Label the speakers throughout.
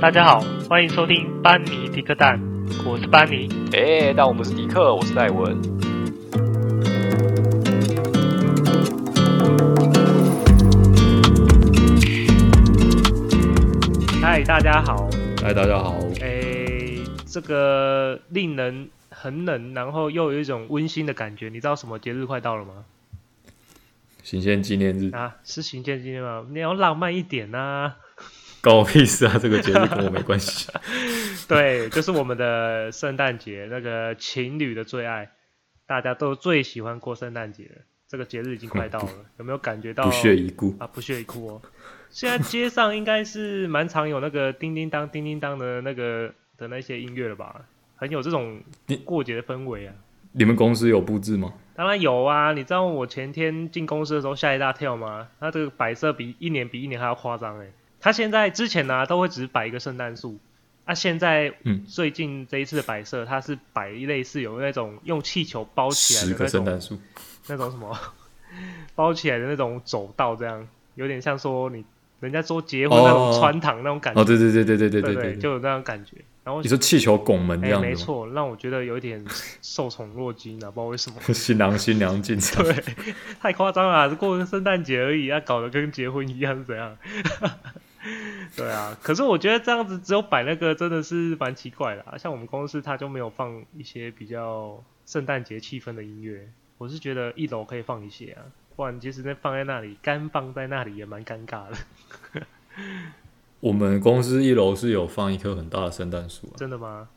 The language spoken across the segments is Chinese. Speaker 1: 大家好，欢迎收听班尼迪克蛋，我是班尼。
Speaker 2: 哎、那我们是迪克，我是戴文。
Speaker 1: 嗨，大家好。
Speaker 3: 嗨，大家好，
Speaker 1: 诶，这个令人很冷，然后又有一种温馨的感觉。你知道什么节日快到了吗？
Speaker 3: 行宪纪念日，
Speaker 1: 啊，是行健今天吗？你要浪漫一点啊呐、
Speaker 3: 关我屁事啊！这个节日跟我没关系。
Speaker 1: 对，就是我们的圣诞节，那个情侣的最爱，大家都最喜欢过圣诞节了。这个节日已经快到 了，有没有感 觉到
Speaker 3: 不屑一顾，
Speaker 1: 啊，不屑一顾哦。现在街上应该是蛮常有那个叮叮当、叮叮当的那个的那些音乐了吧？很有这种
Speaker 3: 你
Speaker 1: 过节的氛围啊。
Speaker 3: 你们公司有布置吗？
Speaker 1: 当然有啊，你知道我前天进公司的时候吓一大跳吗？它这个摆设比一年比一年还要夸张哎。它现在之前呢、啊都会只摆一个圣诞树，啊，现在
Speaker 3: 嗯
Speaker 1: 最近这一次的摆设，它是摆类似有那种用气球包起来
Speaker 3: 十
Speaker 1: 的
Speaker 3: 棵
Speaker 1: 那
Speaker 3: 圣
Speaker 1: 种
Speaker 3: 诞树，
Speaker 1: 那种什么包起来的那种走道，这样有点像说你人家说结婚
Speaker 3: 哦
Speaker 1: 那种穿堂那种感觉，
Speaker 3: 哦，对对对对对对
Speaker 1: 对
Speaker 3: 对
Speaker 1: 就有那种感觉。然后
Speaker 3: 你说气球拱门这
Speaker 1: 哎、
Speaker 3: 样
Speaker 1: 没
Speaker 3: 子吗？
Speaker 1: 错，让我觉得有点受宠若惊啊，不知道为什么，
Speaker 3: 新郎新娘进 场，
Speaker 1: 太夸张了啊，只过个圣诞节而已，要、啊搞得跟结婚一样是怎样？ 对啊，可是我觉得这样子只有摆那个真的是蛮奇怪的、啊，像我们公司它就没有放一些比较圣诞节气氛的音乐，我是觉得一楼可以放一些啊，不然其实那放在那里干放在那里也蛮尴尬的，
Speaker 3: 我们公司一楼是有放一棵很大的圣诞树啊，
Speaker 1: 真的吗？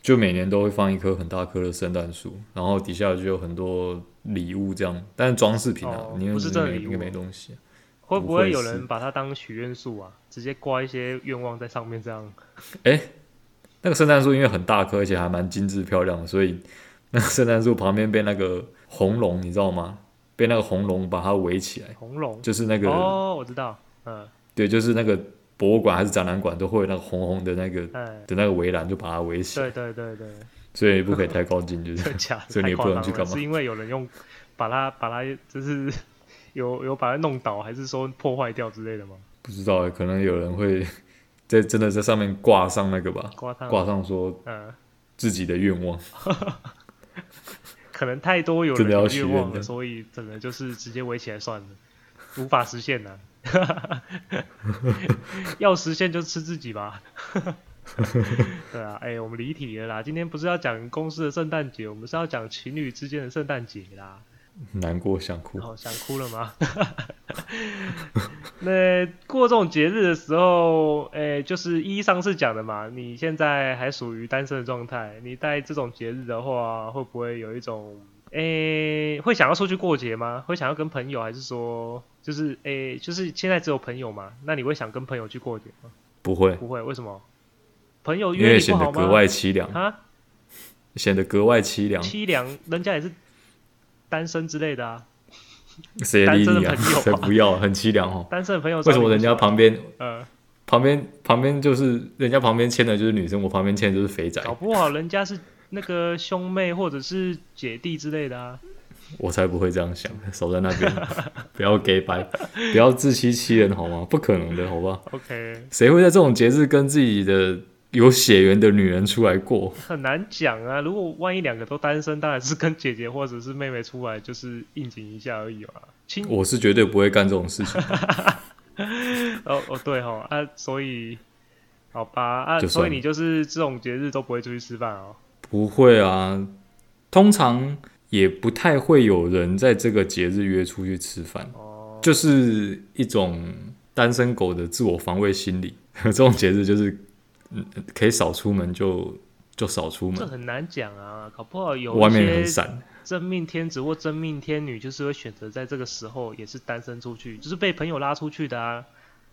Speaker 3: 就每年都会放一棵很大棵的圣诞树，然后底下就有很多礼物这样，但是装饰品啊
Speaker 1: 哦，
Speaker 3: 因为
Speaker 1: 不是真的
Speaker 3: 没
Speaker 1: 礼物
Speaker 3: 应该没东西啊。
Speaker 1: 会
Speaker 3: 不
Speaker 1: 不会
Speaker 3: 会
Speaker 1: 有
Speaker 3: 是
Speaker 1: 人把它当许愿树啊？直接挂一些愿望在上面这样？
Speaker 3: 那个圣诞树因为很大棵，而且还蛮精致漂亮的，所以那个圣诞树旁边被那个红龙，你知道吗？被那个红龙把它围起来，
Speaker 1: 红龙？
Speaker 3: 就是那个、
Speaker 1: 哦，我知道，嗯
Speaker 3: 对，就是那个博物馆还是展览馆都会有那个红红的那个
Speaker 1: 嗯，
Speaker 3: 的那个围栏，就把它围起来，
Speaker 1: 对对对对。
Speaker 3: 所以不可以太靠 近，就是
Speaker 1: 真假
Speaker 3: 所
Speaker 1: 的
Speaker 3: 以
Speaker 1: 太
Speaker 3: 你
Speaker 1: 夸
Speaker 3: 不能
Speaker 1: 张
Speaker 3: 去
Speaker 1: 了
Speaker 3: 干嘛
Speaker 1: 是因为有人用把它把它就是有有把它弄倒，还是说破坏掉之类的吗？
Speaker 3: 不知道欸，可能有人会在真的在上面挂上那个吧，
Speaker 1: 刮上
Speaker 3: 挂上说
Speaker 1: 嗯，
Speaker 3: 自己的愿望，
Speaker 1: 可能太多有
Speaker 3: 真
Speaker 1: 人
Speaker 3: 的要
Speaker 1: 有
Speaker 3: 许
Speaker 1: 愿
Speaker 3: 愿
Speaker 1: 望了，
Speaker 3: 的
Speaker 1: 所以整个就是直接围起来算了，无法实现呐、 要实现就吃自己吧。 对啊，哎、我们离题了啦。今天不是要讲公司的圣诞节，我们是要讲情侣之间的圣诞节啦。
Speaker 3: 难过想哭
Speaker 1: 然。后哦想哭了吗？ 那过这种节日的时候，诶、就是一上次讲的嘛，你现在还属于单身的状态，你在这种节日的话，会不会有一种诶、会想要出去过节吗？会想要跟朋友，还是说就是诶、就是现在只有朋友嘛？那你会想跟朋友去过节吗？
Speaker 3: 不会，
Speaker 1: 不会，为什么？朋友
Speaker 3: 因
Speaker 1: 约
Speaker 3: 为
Speaker 1: 你不
Speaker 3: 显得
Speaker 1: 好
Speaker 3: 格
Speaker 1: 吗？
Speaker 3: 外凄凉，
Speaker 1: 啊，
Speaker 3: 显得格外凄凉，
Speaker 1: 凄凉，人家也是单身之类的啊，
Speaker 3: 谁理你啊
Speaker 1: 单身的朋友啊？
Speaker 3: 才 不要，很凄凉哦。
Speaker 1: 单身的朋友找
Speaker 3: 为
Speaker 1: 你
Speaker 3: 什么
Speaker 1: 不
Speaker 3: 人家
Speaker 1: 爽
Speaker 3: 旁边
Speaker 1: 呃。
Speaker 3: 旁边旁边就是人家旁边牵的就是女生，我旁边牵的就是肥仔，
Speaker 1: 搞不好人家是那个兄妹或者是姐弟之类的啊。
Speaker 3: 我才不会这样想，守在那边，不要 gay 白，不要自欺欺人好吗？不可能的，好吧？
Speaker 1: OK，
Speaker 3: 谁会在这种节日跟自己的有血缘的女人出来过？
Speaker 1: 很难讲啊。如果万一两个都单身，当然是跟姐姐或者是妹妹出来，就是应景一下而已嘛。亲，
Speaker 3: 我是绝对不会干这种事情。
Speaker 1: 哦哦对哈啊，所以好吧啊，
Speaker 3: 就
Speaker 1: 所
Speaker 3: 算
Speaker 1: 以
Speaker 3: 了
Speaker 1: 你就是这种节日都不会出去吃饭哦。
Speaker 3: 不会啊，通常也不太会有人在这个节日约出去吃饭，
Speaker 1: 哦，
Speaker 3: 就是一种单身狗的自我防卫心理。 这种节日就是，嗯，可以少出门就就少出
Speaker 1: 这
Speaker 3: 门，
Speaker 1: 很难讲啊，搞不好有
Speaker 3: 嗯外
Speaker 1: 一
Speaker 3: 面很
Speaker 1: 些
Speaker 3: 散。
Speaker 1: 真命天子或真命天女，就是会选择在这个时候也是单身出去，就是被朋友拉出去的啊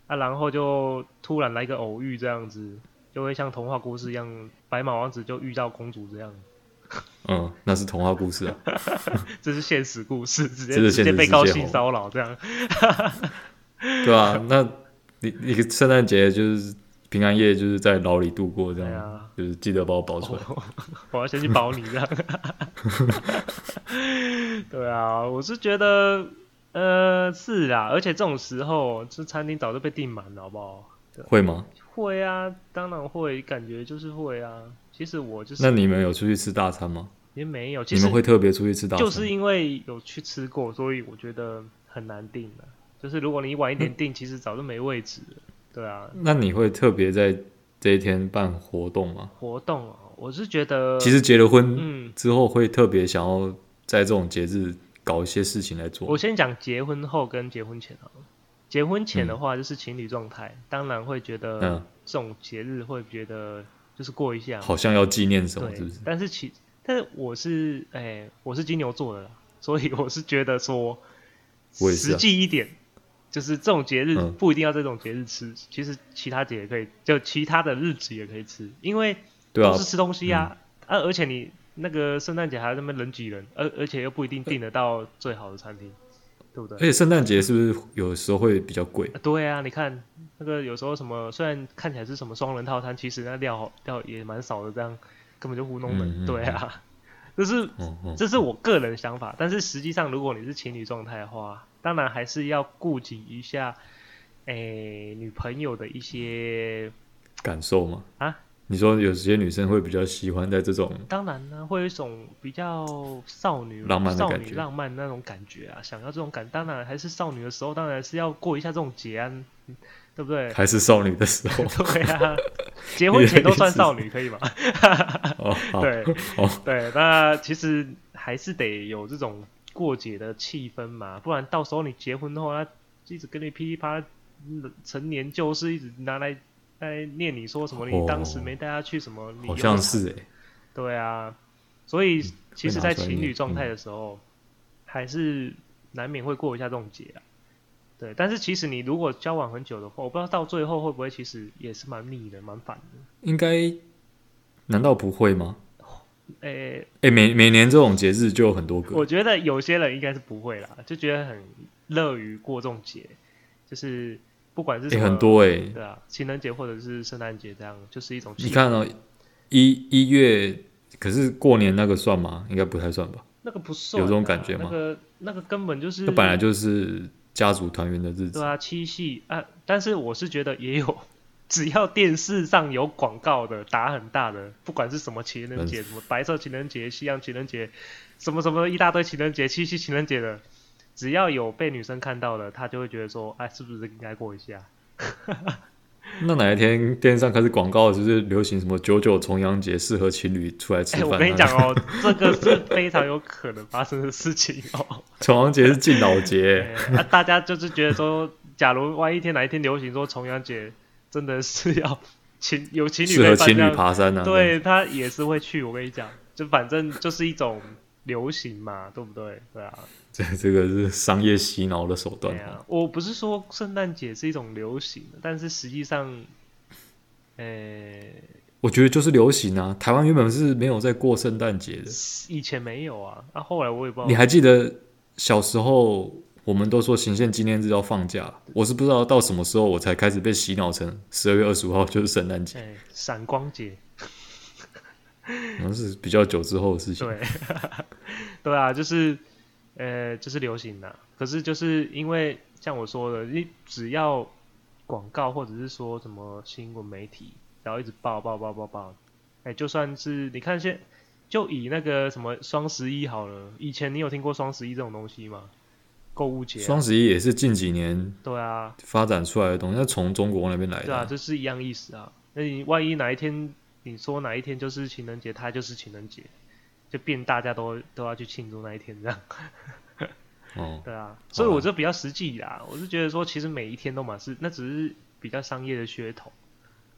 Speaker 1: 啊，然后就突然来个偶遇这样子，就会像童话故事一样，白马王子就遇到公主这样，
Speaker 3: 嗯，那是童话故 事啊。
Speaker 1: 这是现实故事，直接
Speaker 3: 这是
Speaker 1: 直
Speaker 3: 现实
Speaker 1: 接被告
Speaker 3: 世界
Speaker 1: 性
Speaker 3: 哦
Speaker 1: 骚扰这样。
Speaker 3: 对啊，那你你圣诞节就是平安夜就是在牢里度过这样，
Speaker 1: 对啊哦
Speaker 3: 就是记得把我保出来。
Speaker 1: 我要先去保你这样。 对啊，我是觉得，呃，是啦，而且这种时候，这餐厅早就被订满了，好不好？的。
Speaker 3: 会吗？
Speaker 1: 会啊，当然会，感觉就是会啊。其实我就是
Speaker 3: 那你们有出去吃大餐吗？
Speaker 1: 也没有，其
Speaker 3: 你
Speaker 1: 实
Speaker 3: 们会特别出去吃大餐？
Speaker 1: 就是因为有去吃过，所以我觉得很难定了、就是如果你晚一点定，其实早就没位置了。对啊，
Speaker 3: 那你会特别在这一天办活动吗？
Speaker 1: 活动哦，我是觉得
Speaker 3: 其实结了婚
Speaker 1: 嗯，
Speaker 3: 之后会特别想要在这种节日搞一些事情来做
Speaker 1: 我。先讲结婚后跟结婚前好了。结婚前的话就是情侣状态，当然会觉得
Speaker 3: 嗯
Speaker 1: 这种节日会觉得就是过一下嘛，
Speaker 3: 好像要纪念什么，
Speaker 1: 对，
Speaker 3: 是不是？
Speaker 1: 但是其但是我是哎、我是金牛座的啦，所以我是觉得说
Speaker 3: 我也是啊
Speaker 1: 实际一点，就是这种节日
Speaker 3: 嗯
Speaker 1: 不一定要这种节日吃，其实其他节也可以，就其他的日子也可以吃，因为
Speaker 3: 对啊嗯
Speaker 1: 都是，吃东西啊，啊，而且你那个圣诞节还在那边人挤人，而而且又不一定订得到最好的餐厅，对不对
Speaker 3: 而？且圣诞节是不是有时候会比较贵？
Speaker 1: 啊对啊，你看那个有时候什么，虽然看起来是什么双人套餐，其实那料好料也蛮少的，这样根本就糊弄人。
Speaker 3: 嗯嗯
Speaker 1: 对啊，这是
Speaker 3: 哦哦，
Speaker 1: 这是我个人想法，但是实际上如果你是情侣状态的话，当然还是要顾及一下，诶、女朋友的一些，
Speaker 3: 感受嘛。
Speaker 1: 啊，
Speaker 3: 你说有些女生会比较喜欢在这种，
Speaker 1: 当然呢，会有一种比较少女
Speaker 3: 浪漫的
Speaker 1: 少
Speaker 3: 感
Speaker 1: 女
Speaker 3: 觉
Speaker 1: 浪漫那种感觉啊，想要这种感，当然还是少女的时候，当然是要过一下这种节安，对不对？
Speaker 3: 还是少女的时 候
Speaker 1: 对啊，结婚前都算少女可以吗？
Speaker 3: 哦，好，
Speaker 1: 对
Speaker 3: 哦，
Speaker 1: 对，那其实还是得有这种过节的气氛嘛，不然到时候你结婚后，他一直跟你噼里啪啦，嗯陈年旧事一直拿来来念你说什么，你
Speaker 3: 哦
Speaker 1: 当时没带他去什么，你
Speaker 3: 好
Speaker 1: 又
Speaker 3: 像是哎，
Speaker 1: 对啊，所以其实，
Speaker 3: 会拿
Speaker 1: 在
Speaker 3: 出来
Speaker 1: 情
Speaker 3: 念
Speaker 1: 侣状态的时候，还是难免会过一下这种节啊。对，但是其实你如果交往很久的话，我不知道到最后会不会其实也是蛮腻的，蛮烦的。
Speaker 3: 应该难道不会吗？
Speaker 1: 诶、
Speaker 3: 哎，每每年这种节日就有很多
Speaker 1: 我
Speaker 3: 个，
Speaker 1: 觉得有些人应该是不会啦，就觉得很乐于过这种节，就是不管是什
Speaker 3: 哎，
Speaker 1: 么、
Speaker 3: 很多哎，
Speaker 1: 对啊，情人节或者是圣诞节这样，就是一种
Speaker 3: 你
Speaker 1: 气氛。
Speaker 3: 看哦，一一月，可是过年那个算吗？应该不太算吧。
Speaker 1: 那个不算啊、
Speaker 3: 有这种感觉
Speaker 1: 那
Speaker 3: 吗
Speaker 1: 个那个根本就是
Speaker 3: 那本来就是家族团圆的日
Speaker 1: 嗯对
Speaker 3: 子，
Speaker 1: 啊，七夕啊，但是我是觉得也有，只要电视上有广告的，打很大的，不管是什么情人
Speaker 3: 嗯
Speaker 1: 节，什么白色情人节、西洋情人节，什么什么一大堆情人节、七夕情人节的，只要有被女生看到的，她就会觉得说，哎，是不是应该过一下？
Speaker 3: 那哪一天电视上开始广告，就是流行什么九九重阳节，适合情侣出来吃
Speaker 1: 哎、
Speaker 3: 饭、啊
Speaker 1: 我跟你讲， 哦，这个是非常有可能发生的事情哦。
Speaker 3: 重阳节是敬老节，
Speaker 1: 哎啊，大家就是觉得说，假如万一天哪一天流行说重阳节，真的是要情有 情侣
Speaker 3: 适
Speaker 1: 可以
Speaker 3: 合
Speaker 1: 办
Speaker 3: 情
Speaker 1: 这样
Speaker 3: 侣爬山啊。这样，
Speaker 1: 对他也是会去，我跟你讲，就反正就是一种流行嘛，对不对？对啊，
Speaker 3: 这这个是商业洗脑的手段
Speaker 1: 对。啊。我不是说圣诞节是一种流行，但是实际上，呃、
Speaker 3: 我觉得就是流行啊，台湾原本是没有在过圣诞节的。
Speaker 1: 以前没有啊，啊，后来我也不知
Speaker 3: 你
Speaker 1: 道，
Speaker 3: 还记得小时候我们都说行宪纪念日要放假，我是不知道到什么时候我才开始被洗脑成十二月二十五号就是圣诞节
Speaker 1: 哎、，闪光节，
Speaker 3: 可能是比较久之后的事 情。
Speaker 1: 对，对啊，就是，呃，就是流行啦。可是就是因为像我说的，你只要广告或者是说什么新闻媒体，然后一直报报报报报，哎、就算是你看现，就以那个什么双十一好了，以前你有听过双十一这种东西吗？购物节啊、
Speaker 3: 双十一也是近几年
Speaker 1: 对啊，
Speaker 3: 发展出来的东西，那从中国那边来
Speaker 1: 对
Speaker 3: 的
Speaker 1: 啊，
Speaker 3: 啊。
Speaker 1: 这是一样意思啊。那你万一哪一天你说哪一天就是情人节，它就是情人节，就变大家都都要去庆祝那一天这样。
Speaker 3: 哦，
Speaker 1: 对啊，所以我这比较实际啦。我是觉得说，其实每一天都嘛是，那只是比较商业的噱头。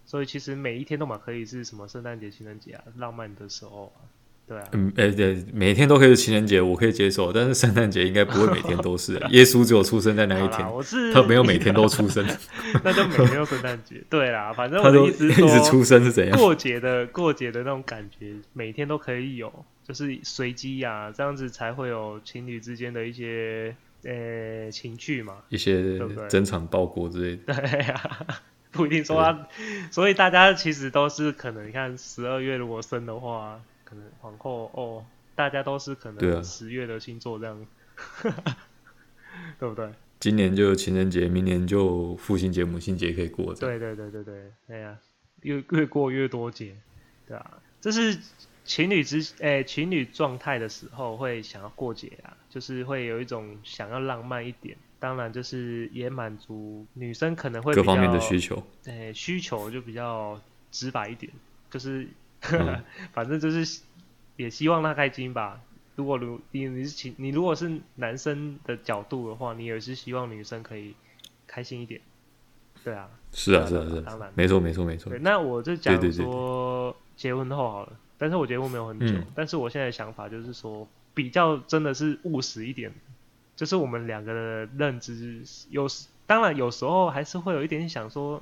Speaker 1: 所以其实每一天都嘛可以是什么圣诞节、情人节啊，浪漫的时候啊，对啊，
Speaker 3: 嗯，哎、对，每天都可以是情人节，我可以接受，但是圣诞节应该不会每天都是。啊 耶稣只有出生在那一
Speaker 1: 好啦，
Speaker 3: 天，
Speaker 1: 我是
Speaker 3: 他没有每天都出生，
Speaker 1: 那就每天都圣诞节。对啦，反正
Speaker 3: 他
Speaker 1: 我的
Speaker 3: 都
Speaker 1: 意思
Speaker 3: 一
Speaker 1: 是说，
Speaker 3: 直出生是 怎样？
Speaker 1: 过节的过节的那种感觉，每天都可以有，就是随机呀、这样子才会有情侣之间的一些呃情趣嘛。
Speaker 3: 一些
Speaker 1: 对不对
Speaker 3: 争产报国之类的。
Speaker 1: 对呀，不一定说啊，所以大家其实都是可能，你看十二月如果生的话，可能往后哦，大家都是可
Speaker 3: 对 啊
Speaker 1: 能十月的星座这样，对不对？
Speaker 3: 今年就情人节，明年就父亲节、母亲节可以过。这样，
Speaker 1: 对对对对对，哎呀、越越过越多节，对啊，这是情侣之哎、情侣状态的时候会想要过节啊，就是会有一种想要浪漫一点，当然就是也满足女生可能会
Speaker 3: 各方面的
Speaker 1: 比较
Speaker 3: 需求。
Speaker 1: 呃，需求就比较直白一点，就是、
Speaker 3: 嗯
Speaker 1: 反正就是也希望他开心吧。如果如你你是情你如果是男生的角度的话，你也是希望女生可以开心一点，对啊，
Speaker 3: 是啊，是啊，是啊，
Speaker 1: 当然
Speaker 3: 没错，没错，没错
Speaker 1: 对。。那我就讲
Speaker 3: 嗯对对对
Speaker 1: 说结婚后好了，但是我结婚没有很久，
Speaker 3: 嗯
Speaker 1: 但是我现在的想法就是说，比较真的是务实一点，就是我们两个的认知有时，当然有时候还是会有一点想说，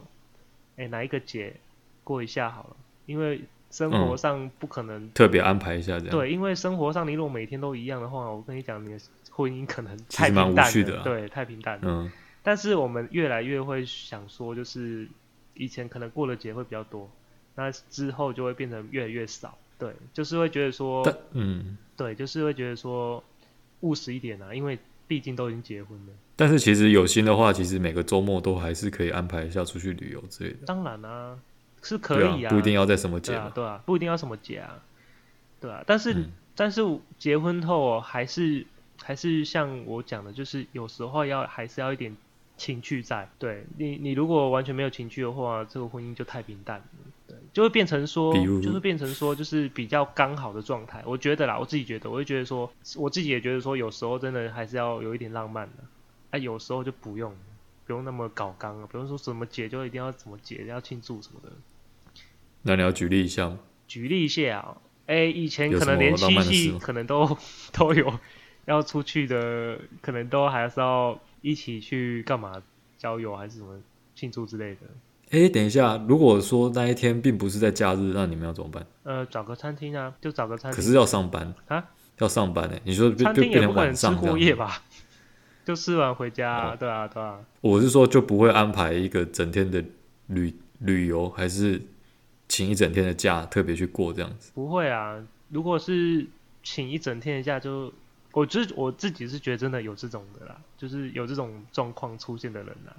Speaker 1: 哎、哪一个节过一下好了，因为生活
Speaker 3: 嗯
Speaker 1: 上不可能、
Speaker 3: 特别安排一下这样。，
Speaker 1: 对，因为生活上你如果每天都一样的话，我跟你讲，你的婚姻可能
Speaker 3: 其
Speaker 1: 太
Speaker 3: 实蛮
Speaker 1: 平
Speaker 3: 无
Speaker 1: 淡
Speaker 3: 趣
Speaker 1: 了，
Speaker 3: 的啊
Speaker 1: 对，太平淡了。
Speaker 3: 嗯，
Speaker 1: 但是我们越来越会想说，就是以前可能过的节会比较多，那之后就会变成越来越少。对，就是会觉得说，
Speaker 3: 但嗯，
Speaker 1: 对，就是会觉得说务实一点啊，因为毕竟都已经结婚了。
Speaker 3: 但是其实有心的话，其实每个周末都还是可以安排一下出去旅游之类的。
Speaker 1: 当然啊，是可
Speaker 3: 对
Speaker 1: 以
Speaker 3: 啊，不一定要在什么
Speaker 1: 对
Speaker 3: 节
Speaker 1: 啊
Speaker 3: 嘛。，
Speaker 1: 对啊，不一定要什么节啊，对啊。但是、
Speaker 3: 嗯
Speaker 1: 但是结婚后哦还是还是像我讲的，就是有时候要还是要一点情趣在。对你，你如果完全没有情趣的话，这个婚姻就太平淡了。对，就会变成说，
Speaker 3: 比如
Speaker 1: 就是变成说，就是比较刚好的状态。我觉得啦，我自己觉得，我就觉得说，我自己也觉得说，有时候真的还是要有一点浪漫的，啊，有时候就不用了，不用那么搞刚了，不用说什么节就一定要怎么节要庆祝什么的。
Speaker 3: 那你要举例一下吗？
Speaker 1: 举例一下啊，哎，以前可能
Speaker 3: 有
Speaker 1: 连
Speaker 3: 什么浪
Speaker 1: 七
Speaker 3: 漫的事
Speaker 1: 夕
Speaker 3: 吗
Speaker 1: 可能都 都有要出去的，可能都还是要一起去干嘛郊游还是什么庆祝之类的。
Speaker 3: 哎、等一下，如果说那一天并不是在假日，那你们要怎么办？
Speaker 1: 呃，找个餐厅啊，就找个餐
Speaker 3: 可
Speaker 1: 厅，
Speaker 3: 是要上班
Speaker 1: 啊，
Speaker 3: 要上班哎、你说就
Speaker 1: 餐
Speaker 3: 就
Speaker 1: 厅
Speaker 3: 变
Speaker 1: 也不
Speaker 3: 成
Speaker 1: 可能
Speaker 3: 晚
Speaker 1: 吃
Speaker 3: 上这
Speaker 1: 过
Speaker 3: 样
Speaker 1: 夜
Speaker 3: 子。
Speaker 1: 吧？就吃完回家啊、
Speaker 3: 哦
Speaker 1: 对啊，对啊，
Speaker 3: 我是说就不会安排一个整天的旅旅游，还是请一整天的假特别去过这样子。
Speaker 1: 不会啊。如果是请一整天的假就，我自我自己是觉得真的有这种的啦，就是有这种状况出现的人啦、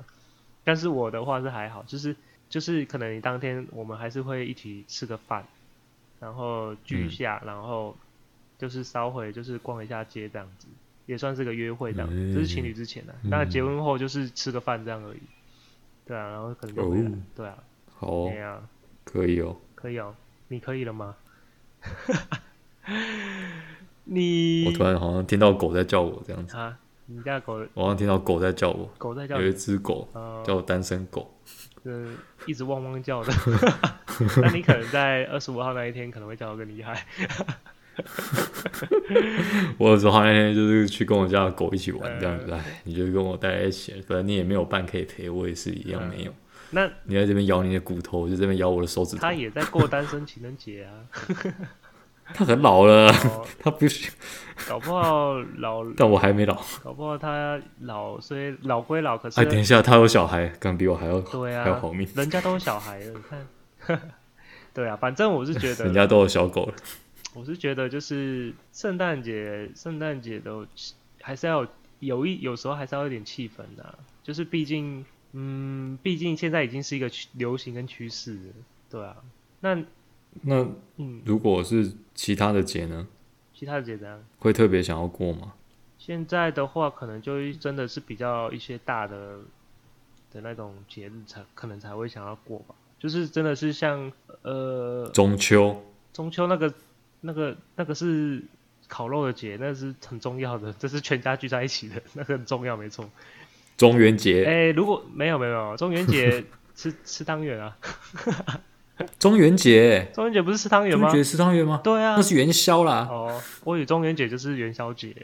Speaker 1: 但是我的话是还好，就是就是可能你当天我们还是会一起吃个饭，然后聚一
Speaker 3: 嗯
Speaker 1: 下，然后就是稍微就是逛一下街这样子，也算是个约会这样子。
Speaker 3: 嗯
Speaker 1: 这是情侣之前的、啊那结婚后就是吃个饭这样而已。对啊，然后可能就回来。
Speaker 3: 哦
Speaker 1: 对啊，
Speaker 3: 好
Speaker 1: 对
Speaker 3: 哦，
Speaker 1: 啊，
Speaker 3: 可以哦。
Speaker 1: 可以哦，你可以了 吗？你
Speaker 3: 我突然好像听到狗在叫我这样子，
Speaker 1: 啊，你家狗
Speaker 3: 我好像听到狗在叫我，
Speaker 1: 狗在叫
Speaker 3: 有一只狗
Speaker 1: 呃，
Speaker 3: 叫单身狗。
Speaker 1: 呃，一直汪汪 叫的。 那你可能在二十五号那一天可能会叫得更厉害。
Speaker 3: 我有时候那天就是去跟我家的狗一起玩
Speaker 1: 呃
Speaker 3: 这样子，哎，你就跟我待在一起，反正你也没有伴可以陪，我也是一样没有。
Speaker 1: 那
Speaker 3: 你在这边咬你的骨头，我就这边咬我的手指头
Speaker 1: 他。也在过单身情人节 啊，
Speaker 3: 它很老了，
Speaker 1: 哦，
Speaker 3: 它不是，
Speaker 1: 搞不好老，
Speaker 3: 但我还没老。
Speaker 1: 搞不好他老，所以老归老，可是
Speaker 3: 哎，等一下，它有小孩，刚比我还要
Speaker 1: 对
Speaker 3: 还要
Speaker 1: 啊
Speaker 3: 好命，，
Speaker 1: 人家都有小孩了，你看， 对啊，反正我是觉
Speaker 3: 人
Speaker 1: 得，
Speaker 3: 家都有小狗了。
Speaker 1: 我是觉得就是圣诞节，圣诞节的还是要有有一有时候还是要有点气氛的啊、就是毕竟，嗯，毕竟现在已经是一个趋流行跟趋势了，对啊，那
Speaker 3: 那
Speaker 1: 嗯，
Speaker 3: 如果是其他的节呢，
Speaker 1: 其他的节怎样？
Speaker 3: 会特别想要过吗？
Speaker 1: 现在的话，可能就真的是比较一些大的的那种节日才可能才会想要过吧，就是真的是像呃
Speaker 3: 中秋，
Speaker 1: 中秋那个那个那个是烤肉的节，那是很重要的，这是全家聚在一起的，那个很重要，没错。
Speaker 3: 中元节，
Speaker 1: 哎、如果没有没有没有中元节吃 吃汤圆啊，
Speaker 3: 中元节，
Speaker 1: 中元节不是吃汤圆
Speaker 3: 中
Speaker 1: 吗
Speaker 3: 元？节吃汤圆吗？
Speaker 1: 对啊
Speaker 3: 那，是元宵啦，
Speaker 1: 哦，我以为中元节就是元宵节。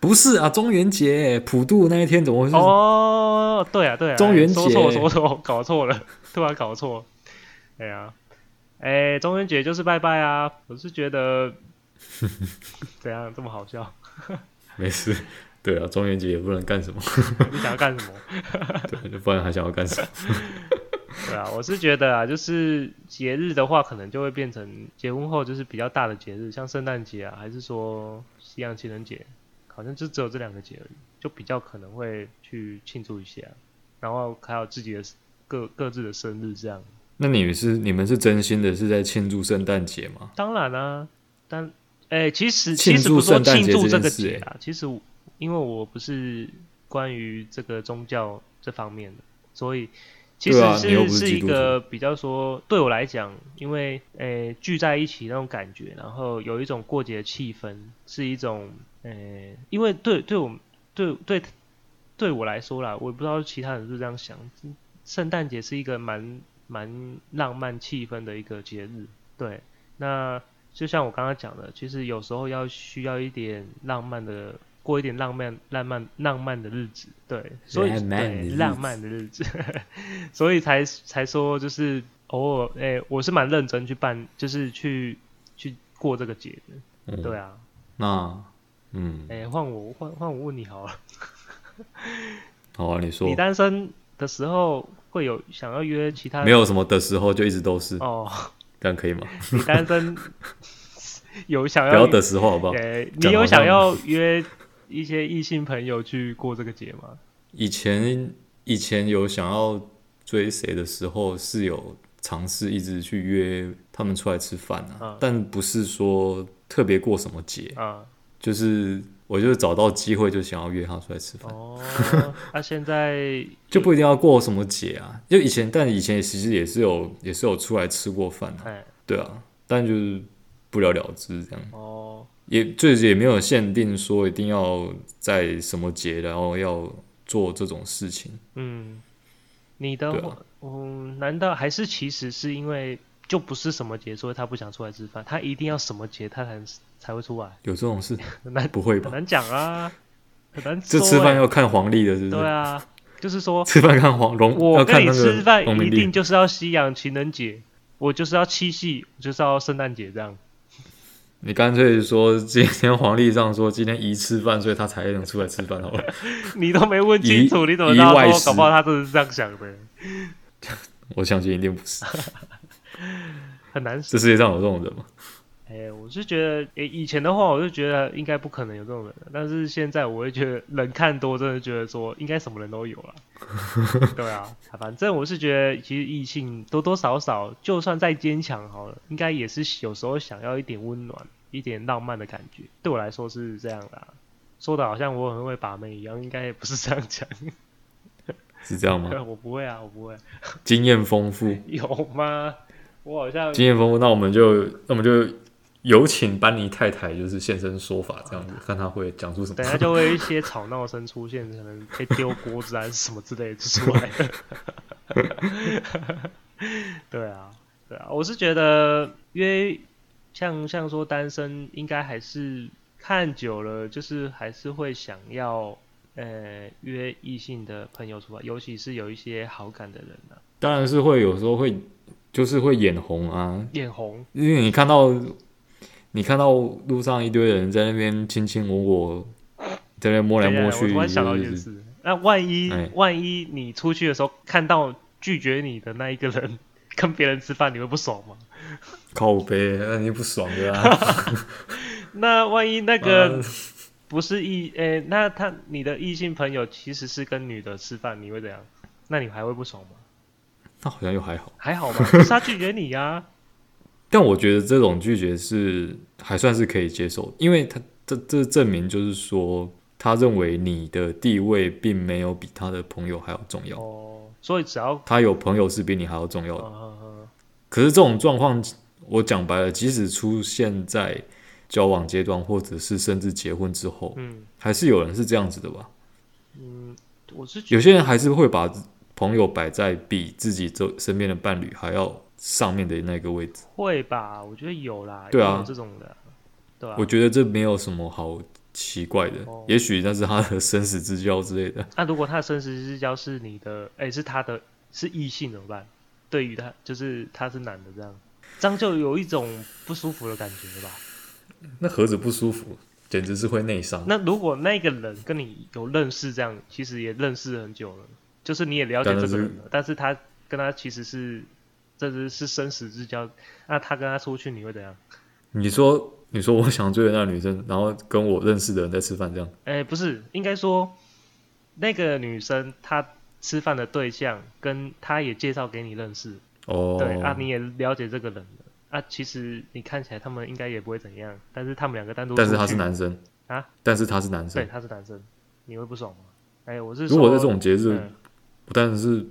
Speaker 3: 不是啊，中元节，普渡那一天怎么会是？
Speaker 1: 哦，对啊，对啊，
Speaker 3: 中元节
Speaker 1: 说错说错，搞错了，突然搞错。哎呀、哎、中元节就是拜拜啊！我是觉 得怎样这么好笑？
Speaker 3: 没事，对啊，中元节也不能干什么，
Speaker 1: 你想要干什么？
Speaker 3: 对，不然还想要干什么？
Speaker 1: 对啊，我是觉得啊，就是节日的话，可能就会变成结婚后就是比较大的节日，像圣诞节啊，还是说西洋情人节，好像就只有这两个节而已，就比较可能会去庆祝一下，然后还有自己的各各自的生日这样。
Speaker 3: 那你们是你们是真心的是在庆祝圣诞节吗？
Speaker 1: 当然啦、但哎、其实
Speaker 3: 庆
Speaker 1: 其实不
Speaker 3: 祝
Speaker 1: 说
Speaker 3: 圣诞
Speaker 1: 庆
Speaker 3: 节
Speaker 1: 祝
Speaker 3: 这
Speaker 1: 这
Speaker 3: 件
Speaker 1: 个
Speaker 3: 事
Speaker 1: 节
Speaker 3: 哎
Speaker 1: 啊，其实我因为我不是关于这个宗教这方面的，所以其实
Speaker 3: 对啊
Speaker 1: 是,、
Speaker 3: 你又不是基
Speaker 1: 一
Speaker 3: 督
Speaker 1: 个比较说对我来讲，因为哎、聚在一起那种感觉，然后有一种过节的气氛，是一种哎、因为对对我们对对对我来说啦，我也不知道其他人是不是这样想，圣诞节是一个蛮蛮浪漫气氛的一个节日，对，那。就像我刚刚讲的，其实有时候要需要一点浪漫的，过一点浪漫、浪漫、浪漫的日子，对，所以
Speaker 3: 浪漫的
Speaker 1: 对
Speaker 3: 日子
Speaker 1: 浪漫的日子， 所以才才说就是偶尔，哎、我是蛮认真去办，就是去去过这个节的，
Speaker 3: 嗯，
Speaker 1: 对啊，
Speaker 3: 那嗯，
Speaker 1: 哎、换我换换我问你好了，
Speaker 3: 好啊，你说
Speaker 1: 你单身的时候会有想要约其他
Speaker 3: 没有什么的时候就一直都是，
Speaker 1: 哦，
Speaker 3: 这样可以吗？
Speaker 1: 你单身 有想
Speaker 3: 不要的时候好不好？
Speaker 1: 诶，你
Speaker 3: 哦讲
Speaker 1: 有
Speaker 3: 好
Speaker 1: 想
Speaker 3: 像
Speaker 1: 要约一些异性朋友去过这个节吗？
Speaker 3: 以前以前有想要追谁的时候，是有尝试一直去约他们出来吃饭啊，
Speaker 1: 嗯
Speaker 3: 但不是说特别过什么节，
Speaker 1: 啊、
Speaker 3: 就是我就找到机会就想要约他出来吃饭，
Speaker 1: 哦，那、现在
Speaker 3: 就不一定要过什么节啊。就以前，但以前其实也是有也是有出来吃过饭啊，
Speaker 1: 哎，
Speaker 3: 对啊，但就是不了了之这样。
Speaker 1: 哦，
Speaker 3: 也这也没有限定说一定要在什么节，然后要做这种事情。
Speaker 1: 嗯，你的
Speaker 3: 对啊
Speaker 1: 话，嗯，难道还是其实是因为就不是什么节，所以他不想出来吃饭，他一定要什么节他才才会出来，
Speaker 3: 有这种事？
Speaker 1: 很难
Speaker 3: 不会
Speaker 1: 很
Speaker 3: 吧？
Speaker 1: 难讲啊，很难
Speaker 3: 这
Speaker 1: 说
Speaker 3: 吃饭
Speaker 1: 欸
Speaker 3: 要看黄历的，是不
Speaker 1: 对
Speaker 3: 是？
Speaker 1: 啊，就是说
Speaker 3: 吃饭看黄龙，
Speaker 1: 我
Speaker 3: 要看
Speaker 1: 跟你
Speaker 3: 那
Speaker 1: 吃
Speaker 3: 个
Speaker 1: 饭
Speaker 3: 农
Speaker 1: 一
Speaker 3: 民
Speaker 1: 定
Speaker 3: 历。
Speaker 1: 就是要西洋情人节，我就是要七夕，我就是要圣诞节这样。
Speaker 3: 你干脆说今天黄历上说今天宜吃饭，所以他才能出来吃饭 好了。
Speaker 1: 你都没问清楚，
Speaker 3: 以
Speaker 1: 你怎么知道
Speaker 3: 以外
Speaker 1: 说？
Speaker 3: 食
Speaker 1: 搞不好他真的是这样想的，
Speaker 3: 我相信一定不是，
Speaker 1: 很难
Speaker 3: 这
Speaker 1: 说。
Speaker 3: 世界上有这种人吗？
Speaker 1: 哎、我是觉得，哎、以前的话，我就觉得应该不可能有这种人，但是现在我会觉得，人看多，真的觉得说，应该什么人都有了。对啊，反正我是觉得，其实异性多多少少，就算再坚强好了，应该也是有时候想要一点温暖、一点浪漫的感觉。对我来说是这样的、啊，说的好像我很会把妹一样，应该也不是这样讲。
Speaker 3: 是这样吗？
Speaker 1: 我不会啊，我不会，
Speaker 3: 经验丰富，
Speaker 1: 有吗？我好像
Speaker 3: 经验丰富，那我们就那我们就有请班尼太太就是现身说法，这样子看她会讲出什么。
Speaker 1: 等一下就会有一些吵闹声出现，可能被丢锅子啊什么之类的就出来了。 对啊，对啊，我是觉得约像像说单身，应该还是看久了，就是还是会想要呃约异性的朋友出来，尤其是有一些好感的人啊，
Speaker 3: 当然是会有时候会，就是会眼红啊，
Speaker 1: 眼红
Speaker 3: 因为你看到你看到路上一堆人在那边卿卿我我，在那边摸来摸
Speaker 1: 对
Speaker 3: 去，
Speaker 1: 啊我突然想到一
Speaker 3: 就
Speaker 1: 件
Speaker 3: 是
Speaker 1: 事，那万一、
Speaker 3: 哎
Speaker 1: 万一你出去的时候看到拒绝你的那一个人跟别人吃饭，你会不爽吗？
Speaker 3: 靠背，那你不爽 的啊？
Speaker 1: 那万一那
Speaker 3: 嗯
Speaker 1: 个不是异，诶、那他你的异性朋友其实是跟女的吃饭，你会怎样？那你还会不爽吗？
Speaker 3: 那好像又还好，
Speaker 1: 还好 吧，可是他拒绝你呀、
Speaker 3: 但我觉得这种拒绝是还算是可以接受，因为他这这证明就是说，他认为你的地位并没有比他的朋友还要重要，
Speaker 1: 哦，所以只要，
Speaker 3: 他有朋友是比你还要重要的。
Speaker 1: 呃、
Speaker 3: 可是这种状况，我讲白了，即使出现在交往阶段，或者是甚至结婚之后，
Speaker 1: 嗯
Speaker 3: 还是有人是这样子的吧？
Speaker 1: 嗯，我是觉
Speaker 3: 有些人还是会把朋友摆在比自己周身边的伴侣还要上面的那个位置
Speaker 1: 得。会吧，我觉得有啦，
Speaker 3: 对啊
Speaker 1: 一定有这种的，对吧、
Speaker 3: 我觉得这没有什么好奇怪的，
Speaker 1: 哦
Speaker 3: 也许那是他的生死之交之类的。
Speaker 1: 那、如果他的生死之交是你的，哎、是他的，是异性怎么办？对于他，就是他是男的这样，这样就有一种不舒服的感觉了吧？
Speaker 3: 那何止不舒服，简直是会内伤。
Speaker 1: 那如果那个人跟你有认识，这样其实也认识很久了，就是你也了解这个人了，但是他跟他其实是这只是生死之交，那他跟他出去你会怎样？
Speaker 3: 你说你说我想追的那个女生，然后跟我认识的人在吃饭，这样
Speaker 1: 哎、不是，应该说那个女生她吃饭的对象跟她也介绍给你认识，
Speaker 3: 哦，
Speaker 1: 对啊，你也了解这个人了啊。其实你看起来他们应该也不会怎样，但是他们两个单独，
Speaker 3: 但是他是，男生
Speaker 1: 啊，
Speaker 3: 但是他是男
Speaker 1: 对，
Speaker 3: 生。
Speaker 1: 他是男生，你会不爽吗？哎、我是
Speaker 3: 如果
Speaker 1: 说
Speaker 3: 在这种节日，
Speaker 1: 嗯
Speaker 3: 不但是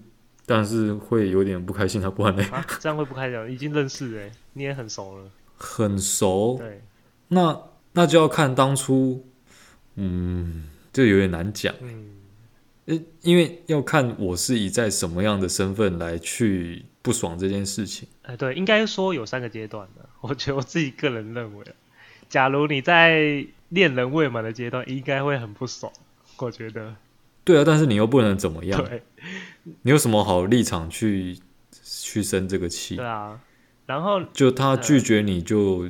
Speaker 3: 但是会有点不开心，他不然嘞，
Speaker 1: 啊，这样会不开心，已经认识了，你也很熟了，
Speaker 3: 很熟，
Speaker 1: 对，
Speaker 3: 那那就要看当初，嗯，这有点难讲。
Speaker 1: 嗯，
Speaker 3: 呃，因为要看我是以在什么样的身份来去不爽这件事情。
Speaker 1: 哎、对，应该说有三个阶段的，我觉得我自己个人认为啊，假如你在恋人未满的阶段，应该会很不爽，我觉得，
Speaker 3: 对啊，但是你又不能怎么样，
Speaker 1: 对，
Speaker 3: 你有什么好立场去去生这个气
Speaker 1: 对？啊，然后
Speaker 3: 就他拒绝你就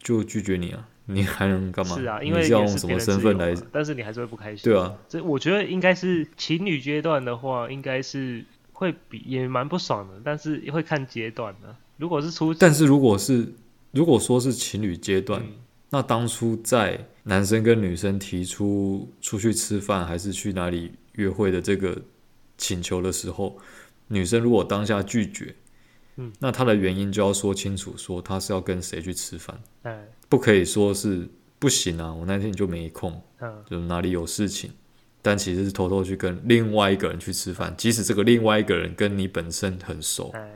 Speaker 3: 就拒绝你啊，你还能干嘛？
Speaker 1: 是啊，因
Speaker 3: 你
Speaker 1: 为
Speaker 3: 是要
Speaker 1: 也
Speaker 3: 用
Speaker 1: 是
Speaker 3: 什
Speaker 1: 别
Speaker 3: 么
Speaker 1: 人自
Speaker 3: 身份
Speaker 1: 由
Speaker 3: 来？
Speaker 1: 嘛但是你还是会不开心。
Speaker 3: 对啊，
Speaker 1: 这我觉得应该是情侣阶段的话，应该是会比也蛮不爽的，但是会看阶段的、如果是初期，
Speaker 3: 但是如果是如果说是情侣阶段，
Speaker 1: 嗯
Speaker 3: 那当初在男生跟女生提出出去吃饭还是去哪里约会的这个请求的时候，女生如果当下拒绝，
Speaker 1: 嗯，
Speaker 3: 那她的原因就要说清楚，说她是要跟谁去吃饭，
Speaker 1: 哎
Speaker 3: 不可以说是不行啊，我那天就没空，
Speaker 1: 嗯
Speaker 3: 就哪里有事情。但其实是偷偷去跟另外一个人去吃饭，即使这个另外一个人跟你本身很熟，
Speaker 1: 哎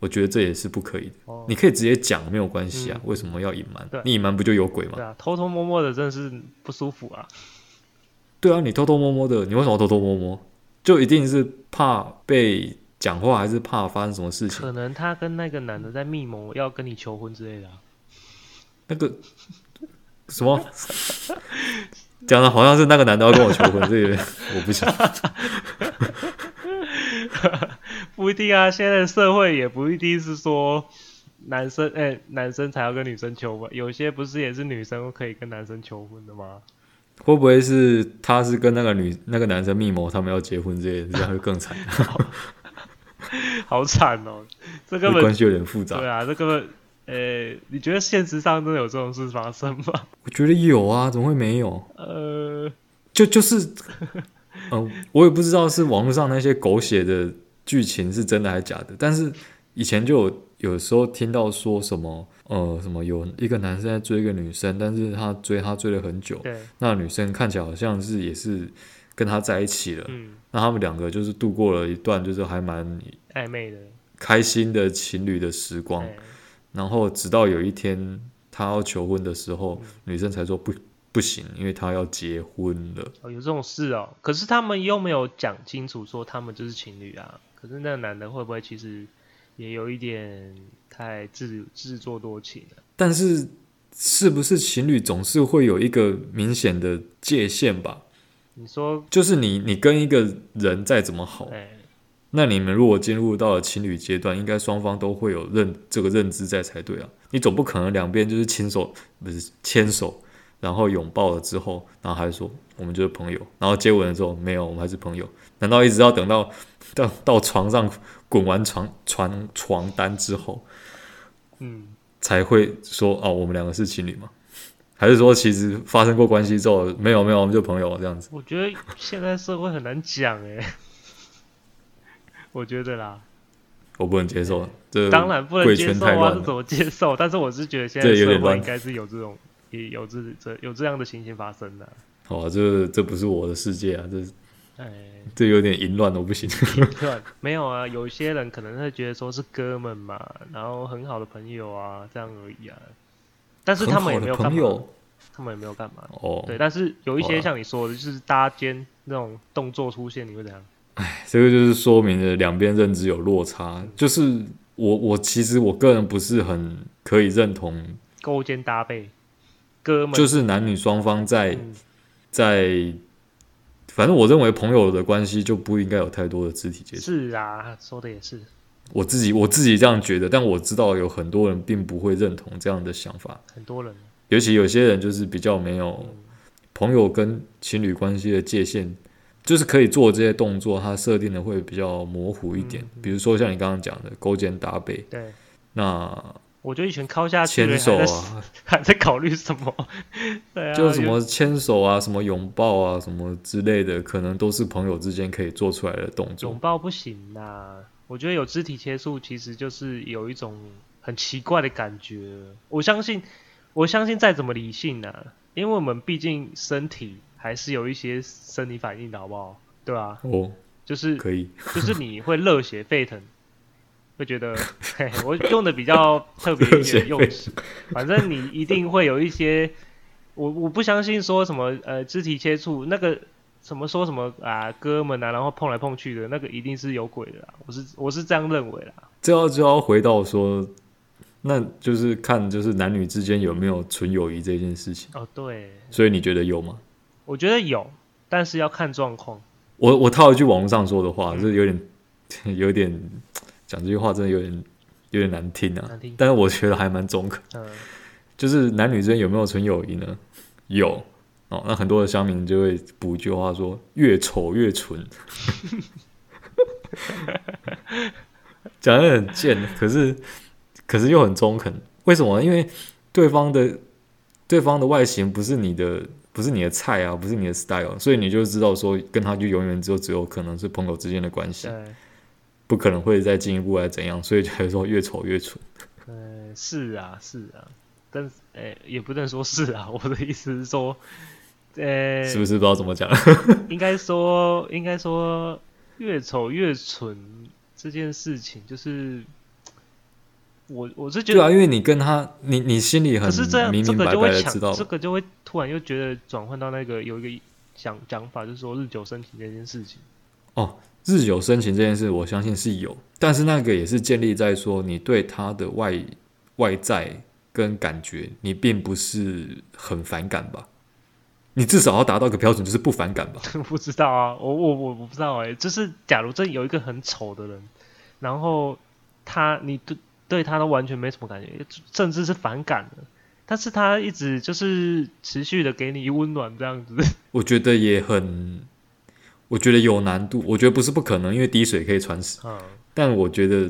Speaker 3: 我觉得这也是不可以的。
Speaker 1: 哦，
Speaker 3: 你可以直接讲，没有关系啊，
Speaker 1: 嗯
Speaker 3: 为什么要隐瞒
Speaker 1: 对？
Speaker 3: 你隐瞒不就有鬼吗
Speaker 1: 对？啊，偷偷摸摸的真的是不舒服啊。
Speaker 3: 对啊，你偷偷摸摸的，你为什么要偷偷摸摸？就一定是怕被讲话，还是怕发生什么 事情？
Speaker 1: 可能他跟那个男的在密谋要跟你求婚之类的、啊，
Speaker 3: 那个什么，讲的好像是那个男的要跟我求婚，这个我不想。
Speaker 1: 不一定啊。现在的社会也不一定是说。男生哎、男生才要跟女生求婚，有些不是也是女生可以跟男生求婚的吗？
Speaker 3: 会不会是他是跟那个女那个男生密谋，他们要结婚之类的，这样会更惨，
Speaker 1: 好惨哦，这 根本
Speaker 3: 关系有点复杂
Speaker 1: 对。啊，这个呃，你觉得现实上真的有这种事发生吗？
Speaker 3: 我觉得有啊，怎么会没有？
Speaker 1: 呃，
Speaker 3: 就就是， 嗯、我也不知道是网络上那些狗血的剧情是真的还是假的，但是以前就有有时候听到说什么，呃，什么有一个男生在追一个女生，但是他追她追了很久，
Speaker 1: 对，
Speaker 3: 那女生看起来好像是也是跟他在一起了，
Speaker 1: 嗯，
Speaker 3: 那他们两个就是度过了一段就是还蛮
Speaker 1: 暧昧的，
Speaker 3: 开心的情侣的时光，
Speaker 1: 哎
Speaker 3: 然后直到有一天他要求婚的时候，女生才说不不行，因为她要结婚了。
Speaker 1: 哦，有这种事哦。可是他们又没有讲清楚说他们就是情侣啊。可是那个男的会不会其实也有一点太自自作多情啊了、
Speaker 3: 但是是不是情侣总是会有一个明显的界限吧？
Speaker 1: 你说，
Speaker 3: 就是你你跟一个人再怎么好，
Speaker 1: 哎，
Speaker 3: 那你们如果进入到了情侣阶段，应该双方都会有认这个认知在才对啊。你总不可能两边就是亲手不是牵手，然后拥抱了之后，然后还说我们就是朋友，然后接吻了之后没有，我们还是朋友。难道一直要等到到到床上滚完床床床单之后，
Speaker 1: 嗯，
Speaker 3: 才会说哦，我们两个是情侣吗？还是说其实发生过关系之后，没有没有，我们就朋友这样子？
Speaker 1: 我觉得现在社会很难讲哎、我觉得啦，
Speaker 3: 我不能接受，这
Speaker 1: 当然不能
Speaker 3: 呃贵
Speaker 1: 接
Speaker 3: 圈
Speaker 1: 受
Speaker 3: 太
Speaker 1: 啊，
Speaker 3: 乱
Speaker 1: 这
Speaker 3: 了。
Speaker 1: 怎么接受？但是我是觉得现在
Speaker 3: 这有
Speaker 1: 社
Speaker 3: 点
Speaker 1: 会
Speaker 3: 乱
Speaker 1: 应该是有这种也有这这有这样的情形发生的、
Speaker 3: 好、啊，这这不是我的世界啊，这
Speaker 1: 哎，
Speaker 3: 这有点淫乱，我不行。
Speaker 1: 对，没有啊，有些人可能会觉得说是哥们嘛，然后很好的朋友啊，这样而已啊。但是 他们也没有
Speaker 3: 很好的
Speaker 1: 干
Speaker 3: 朋
Speaker 1: 嘛，
Speaker 3: 友
Speaker 1: 他们也没有干嘛。
Speaker 3: 哦，
Speaker 1: 对，但是有一
Speaker 3: 好
Speaker 1: 些
Speaker 3: 啦
Speaker 1: 像你说的，就是搭肩那种动作出现，你会怎样？
Speaker 3: 这个就是说明了两边认知有落差。就是我我其实我个人不是很可以认同，
Speaker 1: 勾肩搭背，哥们
Speaker 3: 就是男女双方在
Speaker 1: 嗯
Speaker 3: 在，反正我认为朋友的关系就不应该有太多的肢体接触。
Speaker 1: 是啊，说的也是，
Speaker 3: 我自己我自己这样觉得，但我知道有很多人并不会认同这样的想法，
Speaker 1: 很多人
Speaker 3: 尤其有些人就是比较没有
Speaker 1: 嗯
Speaker 3: 朋友跟情侣关系的界限，就是可以做这些动作，它设定的会比较模糊一点
Speaker 1: 嗯。嗯
Speaker 3: 比如说像你刚刚讲的勾肩搭背，
Speaker 1: 对
Speaker 3: 那
Speaker 1: 我就一拳敲下去了，
Speaker 3: 牵手
Speaker 1: 还在
Speaker 3: 啊，
Speaker 1: 还在考虑什么？ 对啊，
Speaker 3: 就是什么牵手啊，什么拥抱啊，什么之类的，可能都是朋友之间可以做出来的动
Speaker 1: 拥
Speaker 3: 作。
Speaker 1: 抱不行啦，我觉得有肢体接触其实就是有一种很奇怪的感觉。我相信，我相信再怎么理性呢、因为我们毕竟身体还是有一些生理反应的，好不好？对啊，
Speaker 3: 哦，
Speaker 1: 就是
Speaker 3: 可以，
Speaker 1: 就是你会热血沸腾， 会觉 得，嘿，我用的比较特别一
Speaker 3: 热血
Speaker 1: 点
Speaker 3: 沸
Speaker 1: 的用 词，反正你一定会有一些，我我不相信说什么呃肢体接触那个什么说什么啊哥们啊，然后碰来碰去的那个一定是有鬼的啦，我是我是这样认为啦，
Speaker 3: 这要就要回到说，那就是看就是男女之间有没有纯友谊这件事情。
Speaker 1: 哦对，
Speaker 3: 所以你觉得有吗？
Speaker 1: 我觉得有，但是要看状况，
Speaker 3: 我我套一句网络上说的话，就是有点有点讲这句话真的有点有点难听啊
Speaker 1: 难听，
Speaker 3: 但是我觉得还蛮中肯。
Speaker 1: 嗯，
Speaker 3: 就是男女之间有没有纯友谊呢？有哦，那很多的乡民就会补一句话说：“越丑越纯。” 讲的很贱，可是可是又很中肯。为什么呢？因为对方的对方的外形不是你的，不是你的菜啊，不是你的 style，所以你就知道说跟他就永远就只有可能是朋友之间的关系，
Speaker 1: 对，
Speaker 3: 不可能会再进一步来啊怎样，所以才说越丑越纯。
Speaker 1: 嗯，是啊是啊，但是呃、也不能说是啊，我的意思是说，呃、
Speaker 3: 是不是不知道怎么讲？
Speaker 1: 应该说，应该说，越丑越蠢这件事情，就是我我是觉
Speaker 3: 对啊，
Speaker 1: 得，
Speaker 3: 因为你跟他，你你心里很
Speaker 1: 可是这样
Speaker 3: 明
Speaker 1: 这
Speaker 3: 明白
Speaker 1: 个
Speaker 3: 白
Speaker 1: 就会
Speaker 3: 的知道
Speaker 1: 抢，，这个就会突然又觉得转换到那个有一个想讲法，就是说日久生情这件事情。
Speaker 3: 日久生情这件事，我相信是有，但是那个也是建立在说你对他的外外在跟感觉，你并不是很反感吧？你至少要达到一个标准，就是不 反感吧？
Speaker 1: 不知道啊，我我我我不知道哎、就是假如真有一个很丑的人，然后他你对对他都完全没什么感觉，甚至是反感的，但是他一直就是持续的给你温暖这样子。
Speaker 3: 我觉得也很，我觉得有难度，我觉得不是不可能，因为滴水可以穿石。
Speaker 1: 嗯，
Speaker 3: 但我觉得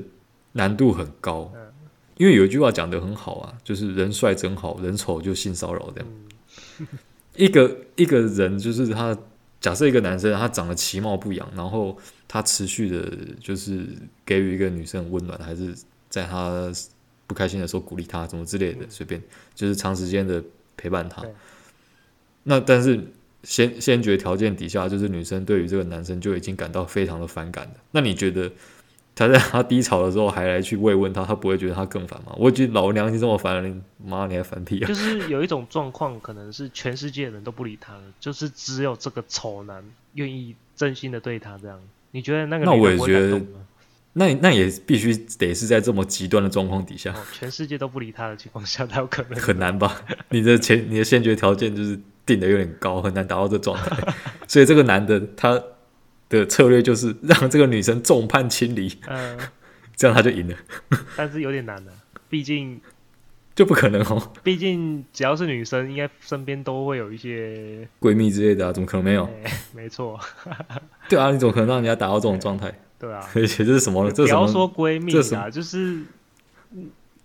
Speaker 3: 难度很高，
Speaker 1: 嗯
Speaker 3: 因为有一句话讲得很好啊，就是人帅真好，人丑就性骚扰
Speaker 1: 嗯
Speaker 3: 这样。一个一个人就是他，假设一个男生他长得其貌不扬，然后他持续的就是给予一个女生温暖，还是在他不开心的时候鼓励他，怎么之类的，随便就是长时间的陪伴他
Speaker 1: 对。
Speaker 3: 那但是先先决条件底下，就是女生对于这个男生就已经感到非常的反感了。那你觉得他在他低潮的时候还来去慰问他，他不会觉得他更烦吗？我已经老娘已经这么烦了，你妈你还烦屁啊！
Speaker 1: 就是有一种状况，可能是全世界的人都不理他了，就是只有这个丑男愿意真心的对他这样。你觉得那个
Speaker 3: 那
Speaker 1: 女
Speaker 3: 我
Speaker 1: 的
Speaker 3: 也
Speaker 1: 不会感
Speaker 3: 觉得
Speaker 1: 动吗？
Speaker 3: 那那也必须得是在这么极端的状况底下，
Speaker 1: 哦，全世界都不理他的情况下，他有可能。
Speaker 3: 很难吧？你的前你的先决条件就是定的有点高，很难达到这状态。所以这个男的他的策略就是让这个女生众叛亲离，
Speaker 1: 嗯、
Speaker 3: 这样他就赢了，
Speaker 1: 但是有点难的、啊毕竟
Speaker 3: 就不可能哦，
Speaker 1: 毕竟只要是女生，应该身边都会有一些。
Speaker 3: 闺蜜之类的啊，怎么可能没有？
Speaker 1: 哎没错，
Speaker 3: 对啊，你怎么可能让人家达到这种状态？
Speaker 1: 对啊。
Speaker 3: 而且这是什么？
Speaker 1: 不
Speaker 3: 这是什
Speaker 1: 要
Speaker 3: 么？
Speaker 1: 说闺蜜
Speaker 3: 这什
Speaker 1: 啦，
Speaker 3: 么
Speaker 1: 就是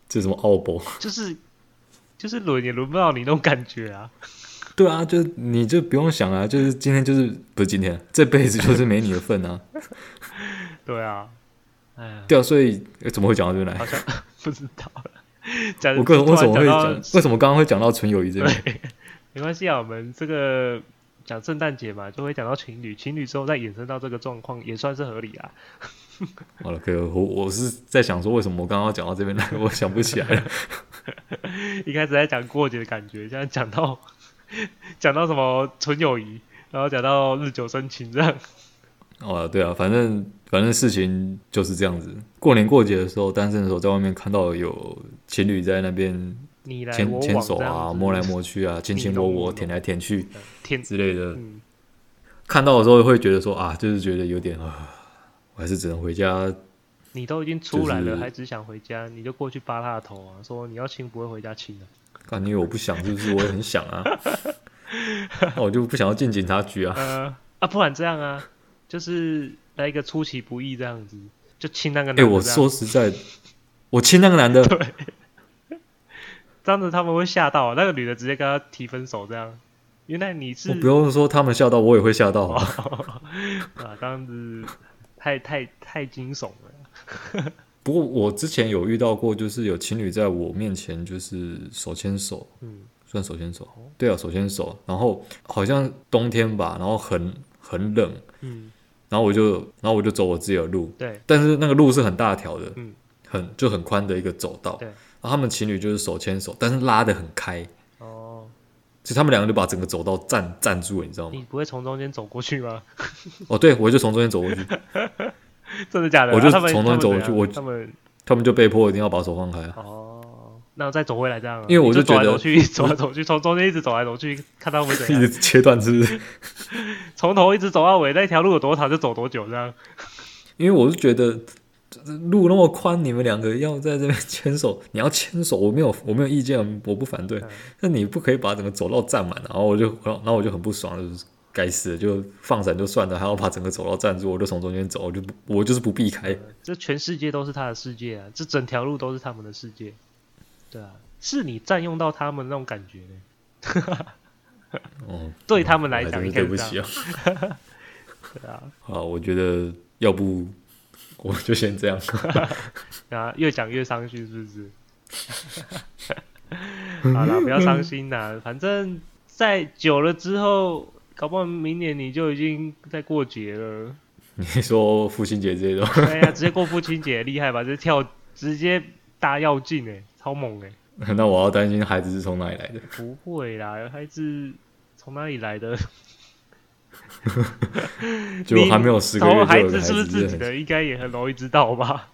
Speaker 3: 这是什么奥博？
Speaker 1: 就是就是轮也轮不到你那种感觉啊。
Speaker 3: 对啊，就你就不用想啊，就是今天就是不是今天，这辈子就是没你的份啊。
Speaker 1: 对啊，哎呀，
Speaker 3: 对啊，所以、呃怎么会讲到这边来
Speaker 1: 好？像不知道 了。讲
Speaker 3: 我个人为什么会
Speaker 1: 突然
Speaker 3: 讲
Speaker 1: 到？
Speaker 3: 为什么刚刚会讲到纯友谊这边？
Speaker 1: 没关系啊，我们这个讲圣诞节嘛，就会讲到情侣，情侣之后再衍生到这个状况，也算是合理啊。
Speaker 3: 好了，可以我我是在想说，为什么我刚刚讲到这边来， 我想不起来了。
Speaker 1: 一开始在讲过节的感觉，现在讲到 讲到什么纯友谊，然后讲到日久生情这样。
Speaker 3: 哦，对啊，反正反正事情就是这样子。过年过节的时候，单身的时候，在外面看到有情侣在那边
Speaker 1: 你来
Speaker 3: 牵
Speaker 1: 我
Speaker 3: 牵
Speaker 1: 往
Speaker 3: 手
Speaker 1: 这样
Speaker 3: 啊，
Speaker 1: 子
Speaker 3: 摸来摸去啊，亲亲我
Speaker 1: 你侬我
Speaker 3: 我，
Speaker 1: 侬
Speaker 3: 舔来舔去
Speaker 1: 天，
Speaker 3: 之类的。
Speaker 1: 嗯，
Speaker 3: 看到的时候会觉得说啊，就是觉得有点啊，我还是只能回家
Speaker 1: 你都已经出来了，
Speaker 3: 就是
Speaker 1: 还只想回家，你就过去扒他的头啊，说你要亲不会回家亲的、
Speaker 3: 干，因为我不想，是不是？我也很想啊， 那我就不想要进警察局啊。
Speaker 1: 呃啊，不然这样啊，就是来一个出其不意这样子，就亲那个男啊
Speaker 3: 哎、
Speaker 1: 的这样。
Speaker 3: 我说实在，我亲那个男的，
Speaker 1: 这样子他们会吓到，那个女的直接跟他提分手这样。原来你是
Speaker 3: 我不用说，他们吓到我也会吓到、啊。
Speaker 1: 啊，这样子太太太惊悚了。
Speaker 3: 不过我之前有遇到过，就是有情侣在我面前就是手牵手，
Speaker 1: 嗯，
Speaker 3: 算手牵手，对啊，手牵手。然后好像冬天吧，然后很很冷，
Speaker 1: 嗯，
Speaker 3: 然后我就然后我就走我自己的路，
Speaker 1: 对
Speaker 3: 但是那个路是很大条的，
Speaker 1: 嗯，
Speaker 3: 很就很宽的一个走道。
Speaker 1: 对
Speaker 3: 然后他们情侣就是手牵手，但是拉得很开，
Speaker 1: 哦，
Speaker 3: 所以他们两个就把整个走道占占住了，你知道吗？
Speaker 1: 你不会从中间走过去吗？
Speaker 3: 哦，对，我就从中间走过去，
Speaker 1: 真的假的？
Speaker 3: 我就
Speaker 1: 啊他们
Speaker 3: 从中间走过去
Speaker 1: 他们
Speaker 3: 我
Speaker 1: 怎样他们
Speaker 3: 他们就被迫一定要把手放开啊。
Speaker 1: 哦，那再走回来这样啊，
Speaker 3: 因为我
Speaker 1: 你就
Speaker 3: 就觉
Speaker 1: 走来
Speaker 3: 得
Speaker 1: 走去， 走来走去，从中间一直走来走去，看他们会怎
Speaker 3: 一
Speaker 1: 样，
Speaker 3: 直切断是不是？
Speaker 1: 从头一直走到尾，那条路有多长就走多久这样。
Speaker 3: 因为我是觉得这路那么宽，你们两个要在这边牵手， 你要牵手，我没有我没有意见，我不反对
Speaker 1: 嗯。
Speaker 3: 但你不可以把整个走道占满，啊然后我就然后我就很不爽，就是该死的，就放闪就算了，还要把整个走道占住，我就从中间走，我就不我就是不避开。
Speaker 1: 这全世界都是他的世界啊，这整条路都是他们的世界。对啊，是你占用到他们那种感觉呢。
Speaker 3: 哦，
Speaker 1: 嗯对他们来
Speaker 3: 我还
Speaker 1: 讲
Speaker 3: 真是
Speaker 1: 应该是
Speaker 3: 对不起啊。
Speaker 1: 对啊，
Speaker 3: 啊，我觉得要不 我就先这样。
Speaker 1: 啊，越讲越伤心，是不 是？好啦，不要伤心啦，反正在久了之后，搞不好明年你就已经在过节了。
Speaker 3: 你说父亲节这些东西，
Speaker 1: 哎呀，直接过父亲节厉害吧？这跳直接大跃进哎、超猛哎、
Speaker 3: 那我要担心孩子是从哪里来的。
Speaker 1: 不会啦，孩子从哪里来的？
Speaker 3: 就还没有十个月
Speaker 1: 从
Speaker 3: 就有
Speaker 1: 孩
Speaker 3: 个
Speaker 1: 子是不是
Speaker 3: 孩子
Speaker 1: 自己
Speaker 3: 很
Speaker 1: 的，应该也很容易知道吧？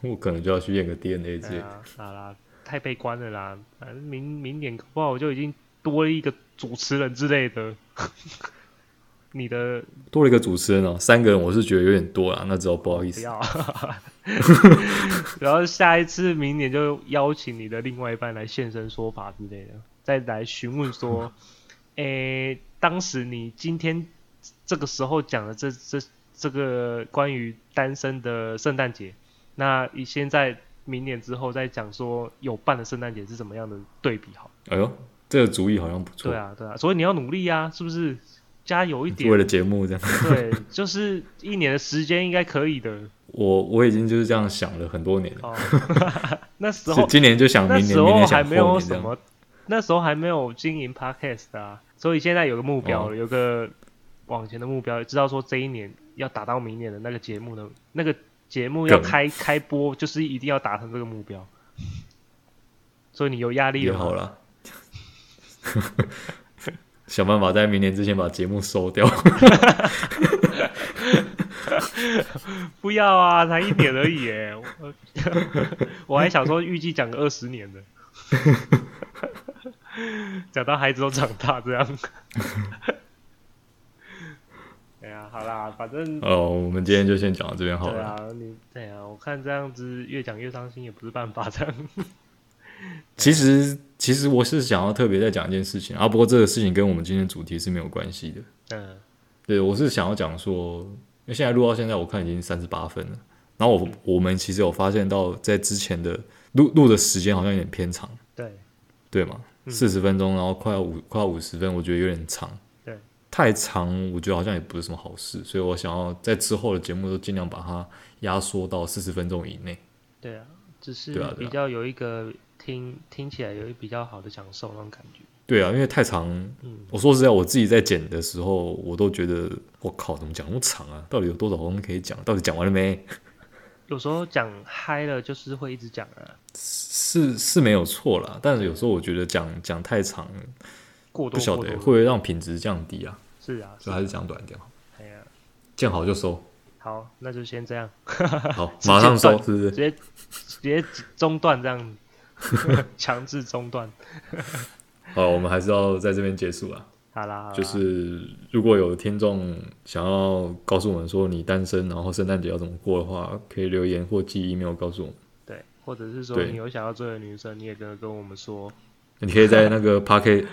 Speaker 3: 我可能就要去验个 DNA 之
Speaker 1: 对
Speaker 3: 类的。
Speaker 1: 啊，好啦，太悲观了啦。反正明明年搞不好我就已经多了一个主持人之类的。 你的
Speaker 3: 多了一个主持人哦，三个人我是觉得有点多啦，那只好不好意
Speaker 1: 不
Speaker 3: 思。
Speaker 1: 要，然后下一次明年就邀请你的另外一半来现身说法之类的，再来询问说，诶、当时你今天这个时候讲的这这这个关于单身的圣诞节，那你现在明年之后再讲说有伴的圣诞节是怎么样的对比好？
Speaker 3: 哎呦，这个主意好像不错。
Speaker 1: 对啊，对啊，所以你要努力啊，是不是？加油一
Speaker 3: 为
Speaker 1: 点，
Speaker 3: 了节目这样，
Speaker 1: 对，就是一年的时间应该可以的。
Speaker 3: 我我已经就是这样想了很多年了，
Speaker 1: 哦，那时
Speaker 3: 是
Speaker 1: 候
Speaker 3: 今年就想明
Speaker 1: 那
Speaker 3: 年，
Speaker 1: 时
Speaker 3: 明
Speaker 1: 候
Speaker 3: 年
Speaker 1: 还
Speaker 3: 想后
Speaker 1: 没有
Speaker 3: 年这
Speaker 1: 什
Speaker 3: 样。
Speaker 1: 么，那时候还没有经营 podcast 啊，所以现在有个目标，
Speaker 3: 哦
Speaker 1: 有个往前的目标，知道说这一年要打到明年的那个节目的那个节目要
Speaker 3: 梗
Speaker 1: 开开播，就是一定要达成这个目标。所以你有压力
Speaker 3: 也
Speaker 1: 了吗
Speaker 3: 好啦， 想办法在明年之前把节目收掉。
Speaker 1: 不要啊，才一点而已 耶！我我还想说预计讲个二十年 的，讲到孩子都长大这样。 哎呀，好啦，反正
Speaker 3: 哦，我们今天就先讲到这边好
Speaker 1: 对
Speaker 3: 了。
Speaker 1: 啊，你对啊，我看这样子越讲越伤心也不是办法，这 样
Speaker 3: 其实其实我是想要特别再讲一件事情啊，不过这个事情跟我们今天的主题是没有关系的。
Speaker 1: 嗯
Speaker 3: 对，我是想要讲说，因为现在录到现在，我看已经三十八分了。然后我我们其实有发现到，在之前的录录的时间好像有点偏长，
Speaker 1: 对，
Speaker 3: 对吗？
Speaker 1: 嗯
Speaker 3: 四十分钟，然后快要五快要五十分，我觉得有点长。
Speaker 1: 对，
Speaker 3: 太长，我觉得好像也不是什么好事，所以我想要在之后的节目都尽量把它压缩到四十分钟以内。
Speaker 1: 对啊，只是
Speaker 3: 对啊对
Speaker 1: 比
Speaker 3: 啊
Speaker 1: 较有一个听听起来有一比较好的享受那种感觉，
Speaker 3: 对啊，因为太长，
Speaker 1: 嗯，
Speaker 3: 我说实在，我自己在剪的时候，我都觉得我靠，怎么讲那么长啊？到底有多少东西可以讲？到底讲完了没？
Speaker 1: 有时候讲嗨了就是会一直讲啊，
Speaker 3: 是是没有错啦，但是有时候我觉得讲讲太长，
Speaker 1: 过
Speaker 3: 不
Speaker 1: 多
Speaker 3: 晓
Speaker 1: 过
Speaker 3: 得会
Speaker 1: 多
Speaker 3: 不会让品质降低啊，
Speaker 1: 是啊，是
Speaker 3: 所以
Speaker 1: 啊
Speaker 3: 还是讲短一点好，
Speaker 1: 哎呀。
Speaker 3: 见好 就收，
Speaker 1: 好，那就先这 样，
Speaker 3: 好，
Speaker 1: 直接
Speaker 3: 马上收，
Speaker 1: 断
Speaker 3: 是不
Speaker 1: 直
Speaker 3: 是？
Speaker 1: 接直接中断这样， 强制中断。
Speaker 3: 好，我们还是要在这边结束啊。
Speaker 1: 好啦，好啦
Speaker 3: 就是如果有听众想要告诉我们说你单身，然后圣诞节要怎么过的话，可以留言或寄 email 告诉我们。
Speaker 1: 对，或者是说
Speaker 3: 对
Speaker 1: 你有想要追的女生，你也跟跟我们说。
Speaker 3: 你可以在 那个 Pocket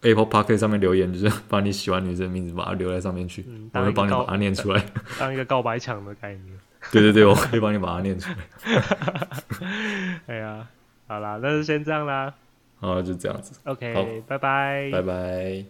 Speaker 3: Apple Pocket 上面留言，就是把你喜欢女生的名字把它留在上面去，
Speaker 1: 嗯
Speaker 3: 我会帮
Speaker 1: 当一
Speaker 3: 你
Speaker 1: 个
Speaker 3: 把
Speaker 1: 告
Speaker 3: 它念出来。
Speaker 1: 当一个告白墙的概念。
Speaker 3: 对对对，我会帮你把它念出来。
Speaker 1: 哎呀，好啦，那就先这样啦。
Speaker 3: 好，就这样子，好
Speaker 1: OK，拜拜，
Speaker 3: 拜拜。